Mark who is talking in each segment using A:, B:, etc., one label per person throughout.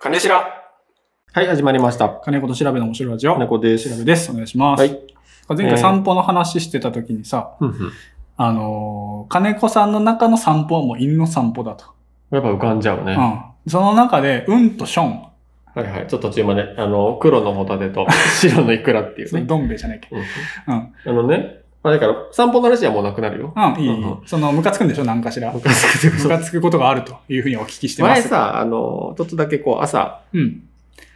A: 金しら。
B: はい、始まりました。
C: 金子と調べの面白いラジオ。
B: 猫で
C: 調
B: す。
C: べです。お願いします。
B: はい。
C: 前
B: えー
C: 回散歩の話してた時にさ、
B: うんうん
C: あのー金子さんの中の散歩はもう犬の散歩だと。
B: やっぱ浮かんじゃうね。
C: う
B: は
C: ん。その中で、うんとション。
B: いはい。ちょっと途中まで、あの、黒のホタテ と白のイクラっていう
C: それ
B: ね。
C: どん兵衛じゃないっけ。
B: うん
C: うん。
B: あのね、まあだから、散歩の話はもうなくなるよ。
C: うん、いいいい。
B: うん
C: その、ムカつくんでしょ何かしら。ム
B: ムカつくってこと
C: カつくことがあるというふうにお聞きしてま
B: 前
C: す。
B: さ、あの、ちょっとだけこう、朝、
C: うん。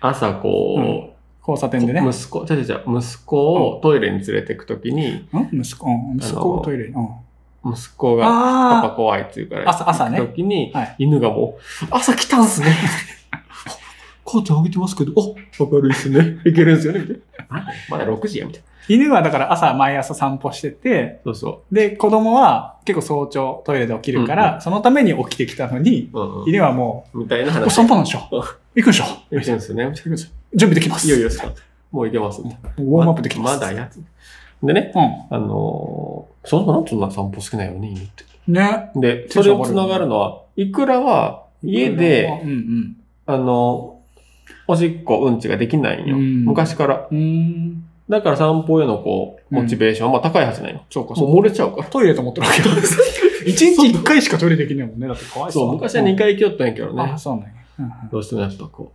B: 朝こ
C: 交差
B: う、
C: 点でね。
B: 息子、ちゃちゃちゃ、息子をトイレに連れてくときに、
C: うん息子、うん、息子をトイレに。うん。
B: 息子が、パパ
C: あ
B: 怖いって言うか
C: あ。
B: ら、
C: 朝、朝
B: 行
C: ね
B: く。ときに
C: はい、
B: 犬がもう、朝来たん すね。カーテン開けてますけど、あ、明るいっすね。いけるんすよね、みたいな。まだ6時や、みたいな。
C: 犬はだから朝、毎朝散歩してて、
B: そうそ
C: で、子供は結構早朝トイレで起きるから、
B: うん
C: そのために起きてきたのに、
B: う。うんうん
C: 犬はも
B: みたいな
C: う、お
B: 話。
C: 散歩なんでしょ
B: うん
C: 行くんでしょ
B: いけるんすよね、みたい
C: 準備できます。
B: な。いよいよさ、もういけます、みたいな。
C: ウォームアップできます。
B: まだやつ。でね、
C: う
B: あのー、そんな、なんでそんな散歩好きなよね、犬って。
C: ん。ね。
B: で、それを繋がるのは、いくらは、家で、
C: うん
B: あの、おしっこ、うんちができないんよ。
C: うん
B: 昔から。
C: うん。うーん。
B: だから散歩へのこう、モチベーションはまあ高いはずないよ。
C: そうか、そう
B: もう漏れちゃうから。
C: トイレと思ってるわ けだ。一日一回しかトイレできないもんね。だってかわい
B: そう、昔は2回行きよったんやけど
C: ね。
B: ね
C: あ、。そうなんや。うんうん
B: どうしてもやっぱこう。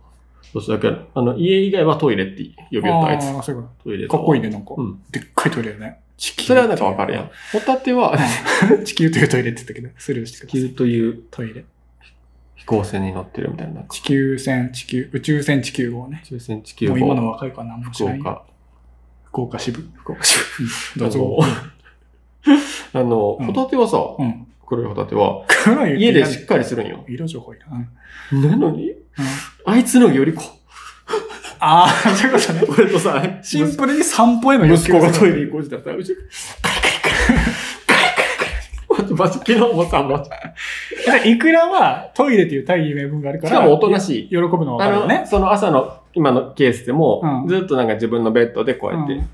B: そうしたら、あの、家以外はトイレって呼びよったあいつ。
C: あーそういうこ
B: トイレ
C: と
B: と
C: かっこいいね、なんか。
B: うん
C: でっかいトイレだね。地球
B: それはなんかわかるやん。ホタテは、
C: ん。地球 というトイレって言ったけど、スルーしてください。
B: という
C: トイレ。
B: 飛行船に乗ってるみたいな。
C: 地球船、地球、宇宙船地球号ね。
B: 抽選地球
C: もう今の
B: 号、
C: 若い子は何も知
B: 福
C: らない。
B: 岡、
C: 福岡支部。
B: 福岡市。
C: どうぞ。
B: あの、
C: うん
B: ホタテはさ、
C: うん。
B: 黒いホタテは、
C: 黒 い
B: 家でしっかりするんよ。
C: 色情報いらん。うん
B: なのに、
C: うん
B: あいつのよりこ、
C: ああ、 そういうことね。
B: 俺とさ、
C: シンプルに散歩への欲
B: 息
C: 求
B: 子がトイレ行こうとしたらさ、うち、カリカリカリ、カリカリカリ。マジ、昨日もさ、マジ。
C: えいくらはトイレという大義名分があるか
B: し
C: ら。
B: かもおとなしい。
C: 喜ぶのは
B: あ
C: 分かる
B: の
C: よね。
B: その朝の今のケースでも、
C: うん
B: ずっとなんか自分のベッドでこうやって、
C: うん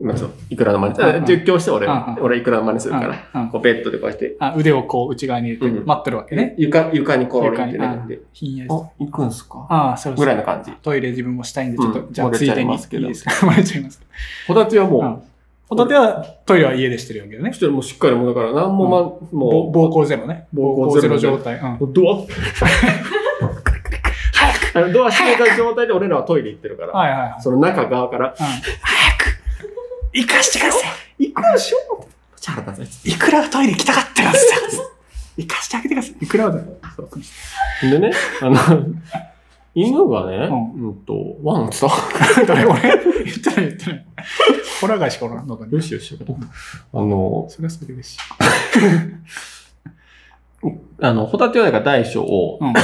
B: 今そう、いくらの真似、
C: う
B: あ
C: ん
B: 実況して俺、
C: うん
B: 俺いくらの真似するから、
C: うんうん
B: こうベッドでこうやって、
C: あ腕をこう内側に入れて
B: うん
C: 待ってるわけね。
B: 床、床にこう
C: 床
B: やっ
C: に
B: て寝てて、
C: ひんやり
B: あ、行くんすか
C: ああ、そう
B: ぐ
C: そ。
B: らいうの感じ。
C: トイレ自分もしたいんで、ちょっ
B: う
C: と、
B: ん
C: じゃあ
B: 漏れ
C: つ
B: ち
C: い
B: ゃい
C: でに。い
B: ま
C: い
B: すけど
C: ですか漏れちゃいます。
B: ホタテはもう、
C: うんホタテはトイレは家でしてるわけだ
B: そ
C: ね
B: し。たらもうしっかりもうだから、なんもま、
C: ぼ
B: もう、
C: 暴行ゼロね。
B: 暴行
C: 暴行ゼロ
B: ゼロ
C: 状態。うん。
B: もうドア、あのドア閉めた状態で俺らはトイレ行ってるから、
C: はいはいはい。
B: その中側から、
C: うん早く生かしてくださ
B: 行くんしょチャラだぜ。
C: いいくらトイレ来たかったらさ生かしてあげてくださいいくらだよ
B: そうで ね、あの、犬がね、う、
C: うん
B: と、ワンさ、
C: 誰俺言ってない言ってないホラー街しかおらんのかね
B: よしよしよ。あの、
C: それはそれで嬉しい
B: あの、ホタテはだから大小を、
C: うん
B: ま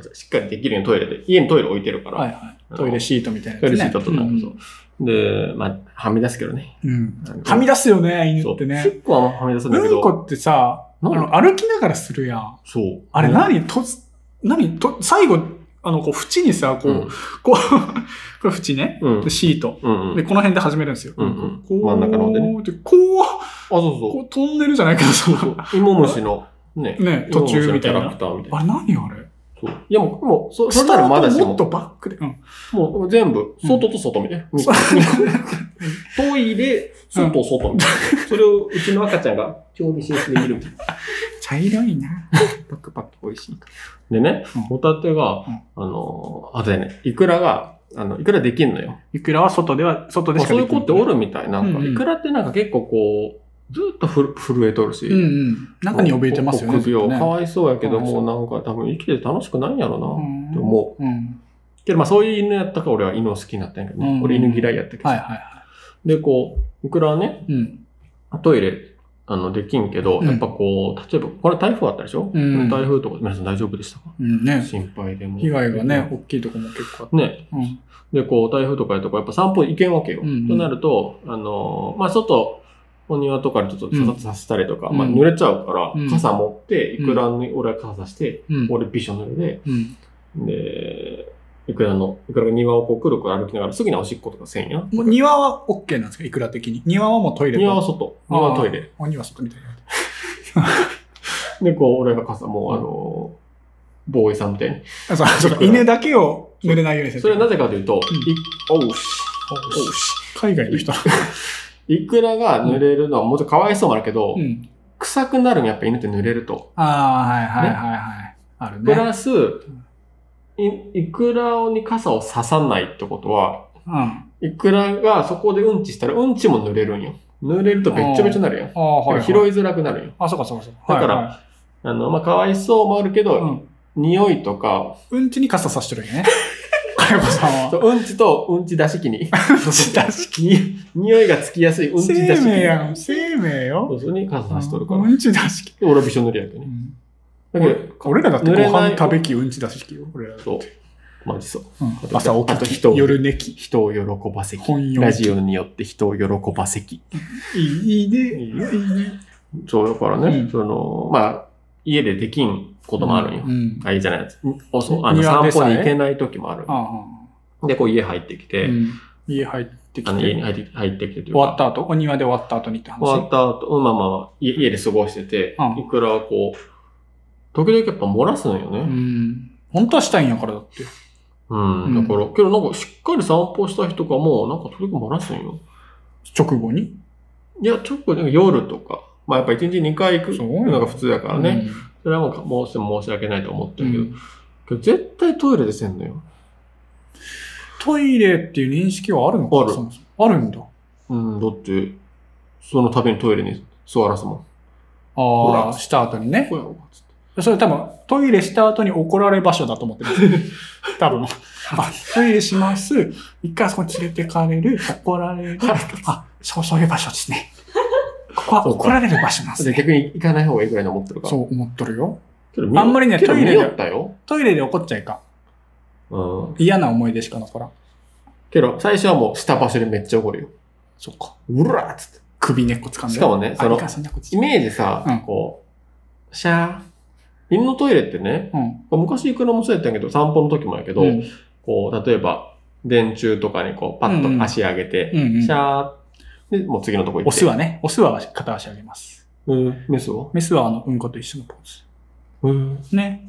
B: あしっかりできるようにトイレで、家にトイレ置いてるから、
C: はいはいトイレシートみたいな
B: トイレシートとな
C: うん
B: ると、で、まあ、はみ出すけどね。
C: うんはみ出すよね犬って
B: そう
C: ね
B: 結構ははみ出すんだけ
C: うん
B: ど、
C: こってさあ
B: なん
C: の歩きながらするやん
B: そう。
C: あれ何と何と最後あのこう縁にさこ
B: う、
C: うんこうこれ縁ね
B: うん
C: でシート
B: うんうん
C: でこの辺で始めるんですよ
B: うんうん
C: こう
B: 真ん中の方でね。
C: こう
B: あ、そう
C: こ
B: そう
C: トンネルじゃないけどさ。
B: そう。芋虫の、ね、
C: ね途中みたい
B: 芋虫のキャラ
C: な
B: ク。ターみたい
C: あ
B: な。
C: れ何あれ
B: そう。いやもう、もう、そそ
C: ス
B: れ
C: タ
B: ならまだ
C: ー
B: し
C: トも
B: も
C: っと、バックで。うん。
B: もう全部、外と外みたいな。
C: そう
B: トイレ、外、外みたいな。それをうちの赤ちゃんが興味津々で見るみたいな。
C: 茶色いな。
B: パクパク美味しい。でね
C: うん、
B: ホタテが、
C: うん
B: あのー、あとでね、イクラが、あの、イクラできんのよ。
C: いくらは外では、外で
B: まあ
C: しか
B: そう
C: で
B: いう
C: きな
B: 子
C: い
B: っておるみたい。なんか、
C: うんうん
B: イクラってなんか結構こう、ずっとふる震えとるし。
C: うんうん。中に怯えてますよね。
B: 臆病
C: ずっとね
B: かわいそうやけど、
C: かわいそ
B: も
C: う
B: うなんか多分生きてて楽しくないんやろ
C: う
B: な。
C: ん
B: って思
C: うん。
B: う。けどまあそういう犬やったから俺は犬を好きになったんやけどね。
C: うん
B: 俺犬嫌いやったけど。
C: はいはいは
B: で、こう、イクラはね、
C: い。うん。
B: トイレ、あの、できんけど、
C: うん
B: やっぱこう、例えば、これ台風あったでしょ、
C: うん
B: 台風とか皆さん大丈夫でしたか
C: うんね。
B: 心配でも。
C: 被害がね、。大きいとこも結構あっ
B: ね。
C: た。うん。
B: で、こう、台風とかやとこうやっぱ散歩行けんわけよ。
C: うんうん
B: となると、あのーまあ、外、お庭とかにちょっと刺さ
C: うん
B: 刺したりとか、
C: うん
B: まあ、濡れちゃうから、
C: うん
B: 傘持って、
C: う
B: い
C: ん
B: くらに俺は傘さして、
C: うん。
B: 俺びしょ濡れ
C: うん。
B: で、で、いくらの、いくらが庭をこうくるくる歩きながら、すぐにおしっことかせんよ。
C: もう庭は OK なんですかいくら的に。庭はもうトイレと。
B: 庭は外、庭はトイレ。
C: あー。あ庭外みたいな。
B: で、こう、俺が傘、もう、あのーボーイさんみたいに。
C: あそうそう。犬だけを濡れないようにす
B: それは
C: る。
B: なぜかというと、
C: うん
B: いおうし、おうし。
C: 海外の人。
B: イクラが濡れるのはもちろんかわいそうもあるけど、
C: うん。
B: 臭くなるのやっぱ犬って濡れると。
C: ああ、はいはいはいはい。ある
B: プ
C: ね。
B: ラス、いイクラに傘を刺さないってことは、
C: うん。あ
B: イクラがそこでうんちしたらうんちも濡れるんよ。濡れるとべっちょべちょになるやん。だ
C: あ、は
B: か
C: い、
B: ら
C: はい。
B: 拾いづらくなるんよ。
C: あ、そうかそうかそう
B: だから
C: はいは
B: あの、まあ、かわいそうもあるけど、
C: いうん。
B: 匂いとか、
C: うんちに傘さしてるんや ね。かよこさんは。
B: うんちとうんち出し器に、
C: うんち出 し
B: に匂いがつきやすいうんち出
C: 生
B: し器
C: 命や
B: に。
C: ん。生命
B: そ
C: よ。
B: うそれに傘さしとるから。
C: う
B: で
C: んち出し器。
B: 俺はびしょ濡れやけど
C: う
B: ね。
C: ん
B: だけど、
C: 俺らだって
B: 濡
C: ご
B: れない
C: 飯食べきうんち出し器よ。俺らだって
B: そう。マジそう。
C: うん
B: あと
C: 朝
B: あと
C: 起き
B: 人
C: て、夜寝き。
B: 人を喜ばせき。
C: 本読み
B: ラジオによって人を喜ばせき。
C: いいいいね。
B: いい
C: い
B: ね
C: いね。
B: そう、だからね、
C: うん
B: その、まあ、家でできんこともあるんよ。
C: うん。
B: あ、いいじゃないやつ。おそうあの
C: 庭
B: 散
C: でさ
B: 歩
C: え
B: に行けない時もある
C: あ。ああ
B: で、こう家入ってき
C: あ。う
B: て、
C: ん家入って
B: あ
C: き
B: の家に
C: て。
B: 入って入ってきてという
C: 終
B: か
C: わった後、お庭で終わった後にって話。
B: 終わった後、うんまあまあまあ、家家で過ごしてて、
C: うん
B: いくらこう、時々やっぱ漏らすのよ
C: う
B: ね。
C: ん。本当はしたいんやからだって。
B: うん。
C: うん
B: だから、けどなんかしっかり散歩した日とかも、なんか時々漏らすんよ。
C: 直後に。
B: いや、ちょっとなんか夜とか、まあやっぱ1日2回行く
C: そう
B: のが普通だからね。
C: うん。
B: それはもうもうしても申し訳ないと思ってるけど、
C: うん
B: けど絶対トイレでせんのよ。
C: トイレっていう認識はあるのか
B: ある
C: そもそもあるんだ。
B: うん、だって、そのたびにトイレに座らすもん。
C: あ
B: ら
C: あ、した後にね。
B: こうやろうかっつって
C: それ多分、トイレした後に怒られ場所だと思ってる。 多分。あ、トイレします。一回あそこに連れてかれる。怒られる。あ、そう、そういう場所ですね。ここは
B: そうか
C: 怒られる場所なんです
B: で
C: ね。
B: 逆に行かない方がいいぐらいに思ってるから。。
C: そうう思っとるよ。
B: けど見よ
C: あんまりね
B: けど
C: トイレ
B: 見
C: で
B: よったよ。
C: トイレで怒っちゃいかん。
B: うん。
C: 嫌な思い出しか残らん。
B: けど、最初はもう下場所でめっちゃ怒るよ。
C: そっか。
B: うらーっつっ
C: 首根っこ掴ん
B: て。
C: で。
B: しかもね、
C: あ、
B: そ
C: い
B: の
C: か、んそんなことし
B: イメージさ、
C: うん
B: こう、シャー。犬のトイレってね、
C: うん。
B: 昔いくらもそうやったんやけど、散歩の時もやけど、
C: うん。
B: こう、例えば、電柱とかにこう、パ
C: うん
B: ッ
C: うん
B: と足上げて、
C: うんうん
B: シャー。で、もう次のとこ行って。
C: オスはね、オスは片足上げます。
B: うん、メスは
C: メスはあの、うんこと一緒のポー
B: うん。
C: ズ。ね。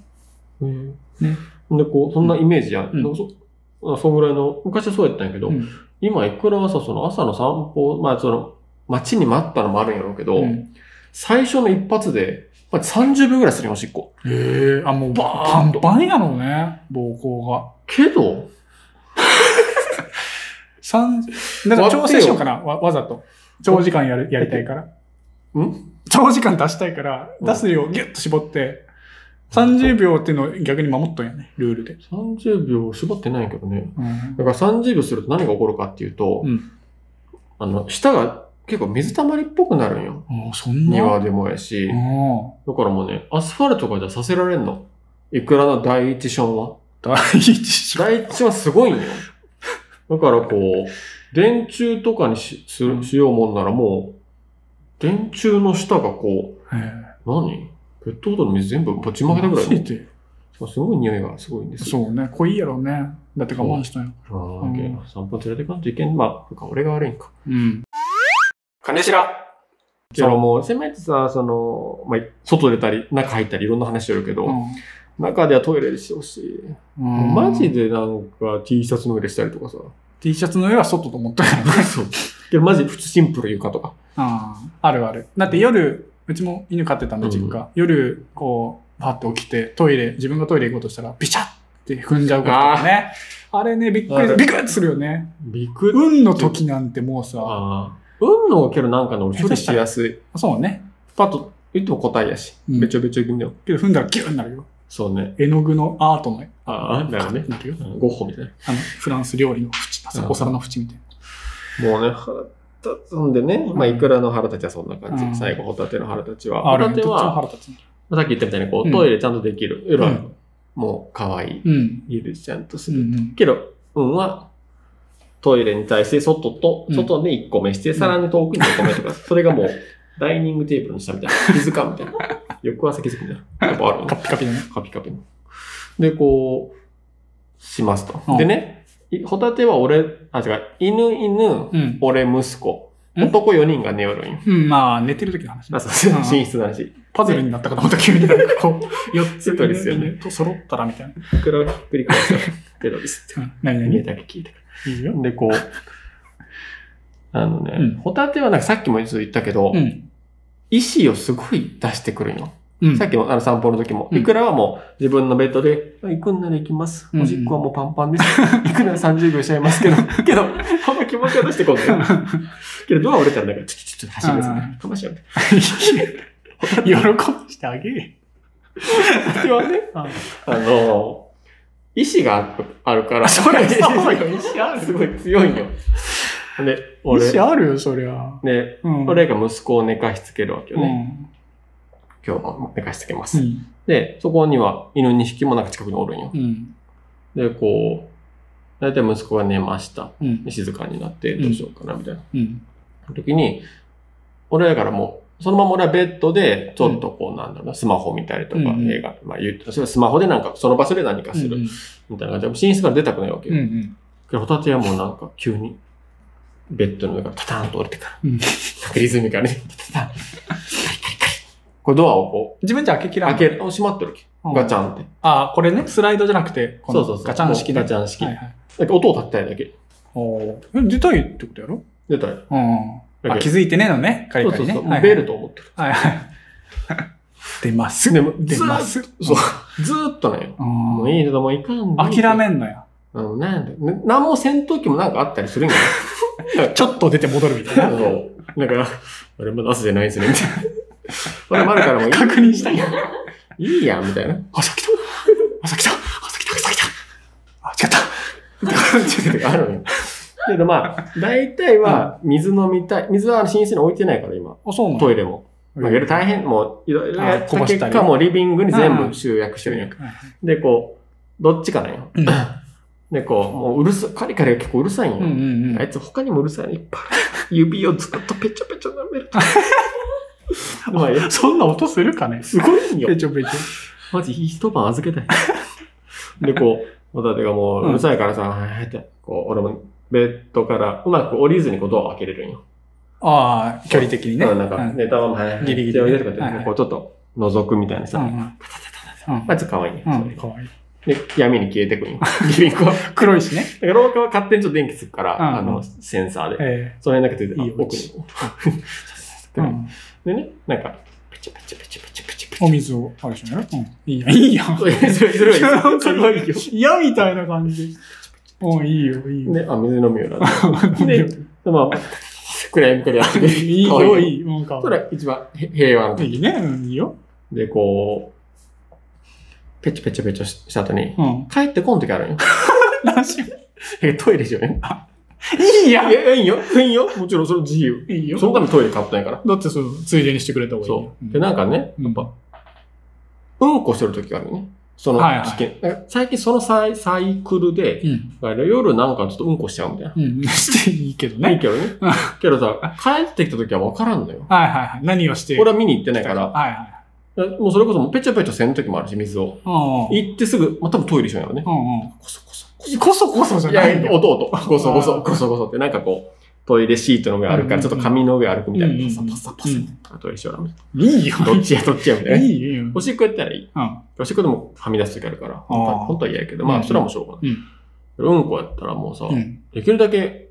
B: うん。
C: ね
B: で、こう、そんなイメージやん。
C: うん
B: そあそんぐらいの、昔はそうやったんやけど、
C: うん。
B: 今、いくらはさ、その朝の散歩、まあ、その、待ちに待ったのもあるんやろうけど、
C: うん
B: 最初の一発で、まあ、30秒ぐらいするよ、おしっこ。
C: ええあ、もう、
B: バ
C: パ
B: ーン
C: ン
B: と
C: パンやろうね、膀胱が。
B: けど、
C: 三、なんか調整しようかな、わわざと。長時間やるやりたいから。
B: ん
C: 長時間出したいから、
B: うん
C: 出す量をギュッと絞って、30秒っていうのを逆に守っとんやね、ルールで。
B: ?30 秒絞ってないんやけどね。
C: うん
B: だから30秒すると何が起こるかっていうと、
C: うん
B: あの、舌が結構水たまりっぽくなるんよ。
C: ああ、そんな。
B: 庭でもやし、
C: あ
B: だからもうね、アスファルトがじゃさせられんの。いくらの第一ションは。
C: あ、第一 章。
B: 第一はすごいんよ。だからこう、電柱とかにしするしようもんならもう、電柱の下がこう、
C: え
B: 何ペットボトルの水全部ぶち
C: え
B: まけたぐらい
C: つい
B: の
C: て。
B: そうすごい匂いがすごいんですよ。
C: そうね、濃いやろね。だって我慢したんや。
B: あーオッケー散歩連れてかんといけん。まあ、そうか俺が悪いんか。
C: うん。金白
B: けどもう、せめてさ、その、まあ、外出たり、中入ったり、いろんな話してるけど、中ではトイレでしてほしい。
C: うん。
B: マジで
C: で
B: なんか T シャツの上でしたりとかさ。
C: ?T シャツの上は外と思ったからね。
B: そう。けどマジ普通シンプル床とか。
C: ああ、あるある。だって夜、うちも犬飼ってたんで、
B: うん
C: 実家。夜、こう、パッと起きて、トイレ、自分がトイレ行こうとしたら、ビチャって踏んじゃうこととかね。あれね、びっく
B: あ
C: り、
B: る
C: ビクッとするよね。
B: びく
C: 運の時なんてもうさ、
B: ああ。運のけどなんかの俺処理しやすい。
C: そうね。
B: パッと言っても答えやし。
C: うん
B: べちょべちょ気味だよ。
C: けど踏んだらギューになるよ。
B: そうね。
C: 絵の具のアートの、
B: ああ、だよね。
C: なるよ。
B: うんゴッホみたいな。
C: あの、フランス料理の縁、あ
B: うん
C: お皿の縁みたいな。
B: もうね、腹立つんでね。まあ、
C: うん
B: いくらの腹立ちはそんな感
C: うん
B: じ。最後、ホタテの腹立ちは。ホ
C: ある
B: タテ
C: ね。どっちも
B: は、
C: 腹立つね。
B: さっき言ったみたいに、こ
C: う
B: う、
C: ん
B: トイレちゃんとできる。う
C: う
B: ら
C: ん、
B: もう、可愛い。
C: うん。
B: ゆるちゃんとす
C: うん
B: る。
C: うん。
B: けど、運は、トイレに対して、外と
C: う、ん
B: 外で1個目して、さらに遠くに1個目とか、それがもう、ダイニングテーブルの下みたいな。気づかんみたいな。翌朝気づくみたいな。やっぱあるよね
C: カピカピだね。
B: カピカピの。で、こう、しますと。
C: うん
B: でね、いホタテは俺、あ、違う、犬、犬、
C: うん。
B: 俺、息子。
C: ん
B: 男4人が寝よるんよ。
C: うん、まあ、寝てる時の話ね
B: あ、。そう
C: うん
B: 寝室だし。
C: パズルになったかと思った急になんかこう、4つ
B: セットですよね
C: と揃ったらみたいな。
B: いくらひっくり返したらペドリス
C: うん何
B: って。
C: 何
B: 家
C: い
B: だけ聞いてく
C: い
B: れ
C: よ。
B: で、こう、あのね、
C: うん
B: ホタテはなんかさっきも一度言ったけど、
C: うん。
B: 意思をすごい出してくるんよ。
C: うん。
B: さっきもあの散歩の時も、
C: うん
B: いくらはもう自分のベッドで、あ行くんなら行きます。
C: うん
B: おしっこはもうパンパンです。 行くなら30秒しちゃい ますけど、けど、あんま気持ちは出してこんけど、けどドア折れたらなんか、ちょちょちょっと走るんです
C: あ
B: かましようね。
C: 喜ばしてあげるよ。
B: 私はね、
C: あ
B: あの、意志があるから、
C: そりゃそう よ。意思ある。
B: すごい強いよ。で、俺、
C: 意思あるよ、そりゃ。
B: ね、
C: うん。
B: 俺が息子を寝かしつけるわけよ
C: う
B: ね。
C: ん。
B: 今日は寝かしつけま
C: う
B: す。
C: ん。
B: で、そこには犬2匹もなんか近くにおるんよ。
C: うん。
B: で、こう、だいたい息子が寝ました。
C: うん。
B: 静かになって
C: うん
B: どうしようかなみたいな
C: うん。
B: 時に、俺だからもう、そのまま俺はベッドで、ちょっとこうなんだろうな、スマホ見たりとか
C: うんうん
B: 映画、まあ言う、それはスマホでなんか、その場所で何かするみたいな感じで、寝室から出たくないわけ
C: うん。う
B: よ。
C: ん。
B: けどホタテはもうなんか急に、ベッドの上からタタンと降りてから、
C: うん
B: なんかリズミカルに、タタン、カリカリカリ。 これドアをこ
C: 自分じゃ開けき
B: う、
C: らん
B: 開ける、あ閉まってるわけ。ガチ
C: ン。
B: ャンって。
C: あ、これね、スライドじゃなくて、こ
B: そ
C: の
B: うそうそう。
C: ガチャン式で。
B: ガチャン式。
C: はいはい。
B: なんか音を立てたいだけ。
C: おーえ出たいってことやろ
B: 出たい。
C: うん。
B: だ
C: あ、
B: け
C: 気づいてねえのね、カリ
B: そう
C: カ
B: そ
C: リ
B: う
C: ね。
B: そう。
C: はいはい
B: ベルと思ってる。
C: は いはい。出ます。
B: でも
C: 出ます。
B: そう。 ずーっとね、もう
C: う
B: いいけど、もういかん
C: ん。
B: で。
C: 諦めんのや。
B: うん、なんだ。ななんも戦闘機もなんかあったりするんや
C: ちょっと出て戻るみたい
B: な。
C: な。
B: そう。だから、あれまだ朝じゃないですね、みたいな。 これまだからもう
C: 確認したいや。
B: いいいいや、みたいな。
C: 朝来た朝来た朝来た朝来たあ、違ったって
B: っていうのがあるのよ。けどまあ、大体は水飲みたい。水は寝室に置いてないから、今。
C: あ、そうな
B: ト
C: の
B: イレも。まあ、いろいろ大変、もういろいろやっ
C: あこ
B: た
C: ぼし
B: 結
C: たり
B: 果、もうリビングに全
C: うん
B: 部集約してるんや。で、こう、どっちかなん よ。
C: うん
B: で、こう、もううるさ、カリカリが結構うるさいんよ。
C: うんうんうん
B: あ。いつ他にもうるさいのいっぱいある。指をずっとペチョペチョ舐め る。まあ、いや
C: そんな音するかね
B: すごいんよ
C: べ。ちょべちょ。
B: マジ一晩預けたい。で、こう、ホタテがもううるさいからさ、はいって、こう、俺もベッドからうまく降りずにこうドアを開けれるんよ。
C: ああ、距離的にね。
B: うんなんか、
C: うん
B: 寝たまま、はい
C: ギリギリね
B: 手を入れるから
C: はいはい
B: こうちょっと覗くみたいな
C: う
B: さ。
C: んうん。
B: まず可愛いね。
C: う
B: そ
C: ん。
B: れ
C: うん。かわいい。
B: で、闇に消えてく んよ。リビングは。
C: 黒いしね。
B: だから廊下は勝手にちょっと電気つくか
C: うん
B: ら、あの、センサーで。
C: え
B: その辺なんかついて
C: いい
B: る
C: よ
B: 奥に。
C: えうん
B: でね、なんか、ペチャペチャペチャペチャペチャペチャ。
C: お水を、あれしなうん。いいやん。い いやん。
B: それそれそれ
C: な
B: は
C: ん
B: いい。
C: か
B: それはいいよ。
C: 嫌み たいな感じで。もういいよ、いいよ。
B: で、あ、水飲みような。
C: いい
B: で
C: よ、
B: まあ、暗闇からやってる。
C: いい
B: 可愛
C: よ、
B: い。
C: いいよ。もうか
B: それは一番へ平和な時。
C: いいね、うん、いいよ。
B: で、こう、ペチャペチャペチャした後に、
C: うん。
B: 帰ってこん時あるんよ。
C: ラジオ
B: えトイレしようね。
C: いいや
B: いや、いいよ。いいよ。もちろんそれ自由。
C: いいよ。
B: そのためトイレ買ったんやから。
C: だってそう、ついでにしてくれた方がいい
B: そ
C: よ。
B: う。で、なんかね、
C: うん
B: やっぱ、うんこしてる時があるよね。その
C: はいはい
B: 危険。だから最近そのサイサイクルで、
C: うん。
B: 夜なんかちょっとうんこしちゃうみたいな。
C: うん。 していいけど
B: いい
C: ね。
B: けどね
C: うん。
B: けどさ、帰ってきた時は分からんのよ。
C: はいはいはい。何をして。
B: 俺は見に行ってないから、
C: はいはい。
B: もうそれこそもうペチャペチャせん時もあるし、水を。
C: うん
B: 行ってすぐ、まあ、多分トイレしようやろね。
C: うん。うん
B: こそこそ。
C: うん。こそこそじゃ
B: い
C: ない
B: や、
C: んだよ。
B: 音音。こそこそ、こそこそって、なんかこう、トイレシートの上歩くか
C: う
B: ら、
C: ん
B: ちょっと紙の上歩くみたいな。
C: うん
B: パサパサパサ
C: うん。
B: あトイレしようやろみたい
C: いいよ。
B: な。どっちやどっちやみたい
C: い
B: な。
C: いよ、いいよ。
B: おしっこやったらいい。
C: うん。
B: おしっこでもはみ出す時あるから、
C: ー
B: 本当は嫌やけど、ま
C: うん
B: あ、それはもうしょうがない。うんこやったらもうさ、
C: うん。
B: できるだけ、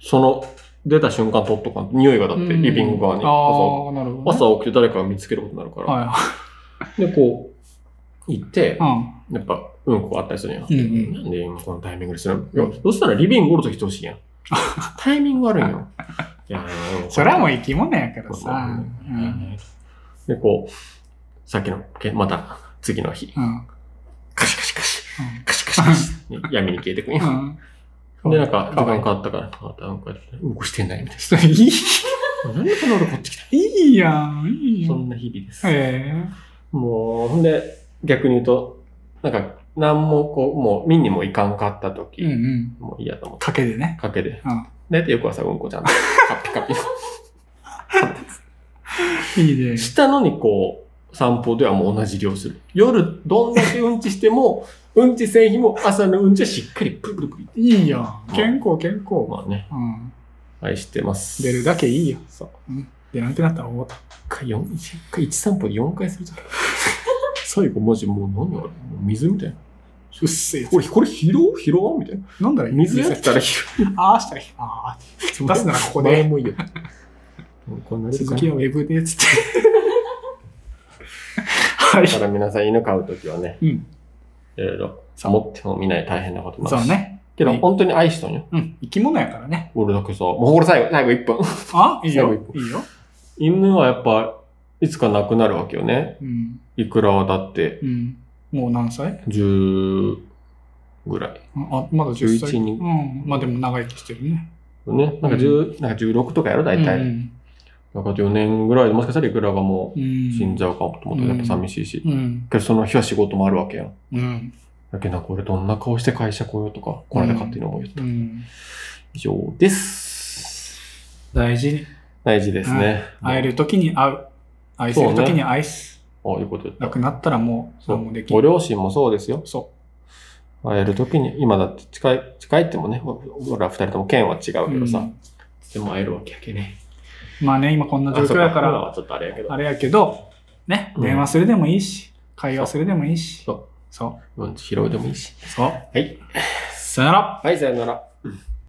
B: その、出た瞬間取っとかんと匂いがだって、リビング側に。
C: あ
B: 朝
C: あ、なるほどね。
B: 朝起きて誰かが見つけることになるから。
C: はいは
B: で、こう、行って
C: い。う、ん。
B: やっぱ、うんこがあったりするやん。
C: うんうん
B: なんで今このタイミングでするのいや、そしたらリビングおるときてほしいやん。タイミング悪いんよ。いやー
C: それはもう生き物やから
B: そうだ
C: さ
B: ね。
C: うん。
B: で、こう、さっきの、けまた、次の日、
C: うん。
B: カシカシカシ、カシカシカシ、闇に消えてくん
C: う
B: や。
C: ん。
B: で、なんか、時間変
C: か。
B: わったから、またうんこやって、うんこしてんないみたい
C: いい、
B: な。なんでこの俺こっち来た
C: いいやん、いい
B: そ
C: よ。
B: んな日々です。
C: え
B: もう、ほんで、逆に言うと、なんか、なんもこう、もう、見にも行かんかったと
C: え
B: き、
C: うんうん。
B: もう嫌と思って、
C: 賭けでね。
B: かけで。
C: う
B: だいたい翌朝、うんこちゃんと、カピカ
C: ん。いいね
B: ピ。。したのに、こう、散歩ではもう同じ量する。夜、どんだけうんちしても、うんちせん日も、朝のうんちはしっかりプルプルプル。
C: いいやん。健康、健康。
B: まあね、
C: うん。
B: 愛してます。
C: 出るだけいいよ。
B: そう。
C: 出なくなったら思った。
B: 一回四、一回、一散歩で4回するじゃん。最後、マジもう何あれもう水みたいな。
C: うっせえ。
B: これ、これ拾う拾わんみたいな。
C: なんだろう、
B: 水やったら拾
C: ああしたらいい。ああ。
B: う。
C: 出すならここで
B: 前もいいよ。もうこんな時
C: 続
B: 間
C: きはウェブで、つっ て。はい
B: だ。から皆さん犬飼うときはね、
C: うん。
B: いろいろ、
C: そう
B: 持っても見ない大変なこともある
C: そうね。
B: けど、
C: はい
B: 本当に愛しとんよ。
C: うん。生き物やからね。
B: 俺だけさ、もうこれ最後、最後1分。
C: あいいよ
B: 最後。
C: いいよ。
B: 犬はやっぱ、いつか亡くなるわけよね。
C: うん。
B: いくらはだって、
C: うん。もう何歳
B: 10ぐらい。
C: あ、まだ10歳。
B: 11人
C: うん。まあでも長生きしてるね。
B: ね。なんか10、なんか16とかやろ、大体。
C: うん。
B: なんか4年ぐらいでもしかしたらいくらがも
C: う。
B: うん死んじゃうかもと思ったらやっぱ寂しいし。
C: うん。
B: けどその日は仕事もあるわけやん。
C: うん。
B: だけどなんか俺どんな顔して会社来ようとか、これで勝手に思いよった。
C: うん。
B: 以上です。
C: 大事に。
B: 大事ですね。
C: 会える時に会う。愛せる時に愛す。
B: あいうこと言っ
C: な
B: た。
C: くなったらもう、
B: そう
C: 何もでき
B: ご
C: ない。
B: 両親もそうですよ。
C: そ
B: 会えるときに、今だって近い、近いってもね、ほほら二人とも県は違
C: う。
B: うけどさ、
C: うん
B: でも会えるわけやけね。
C: まあね、今こんな状況やか
B: あ
C: ら
B: そっ今、はちょっとあれやけど。
C: あれやけど、ね、
B: うん
C: 電話するでもいいし、会話するでもいいし。
B: そう
C: そ
B: うん、拾うでもいいし。
C: う。そう。
B: はい。
C: さよなら
B: はい、さよなら。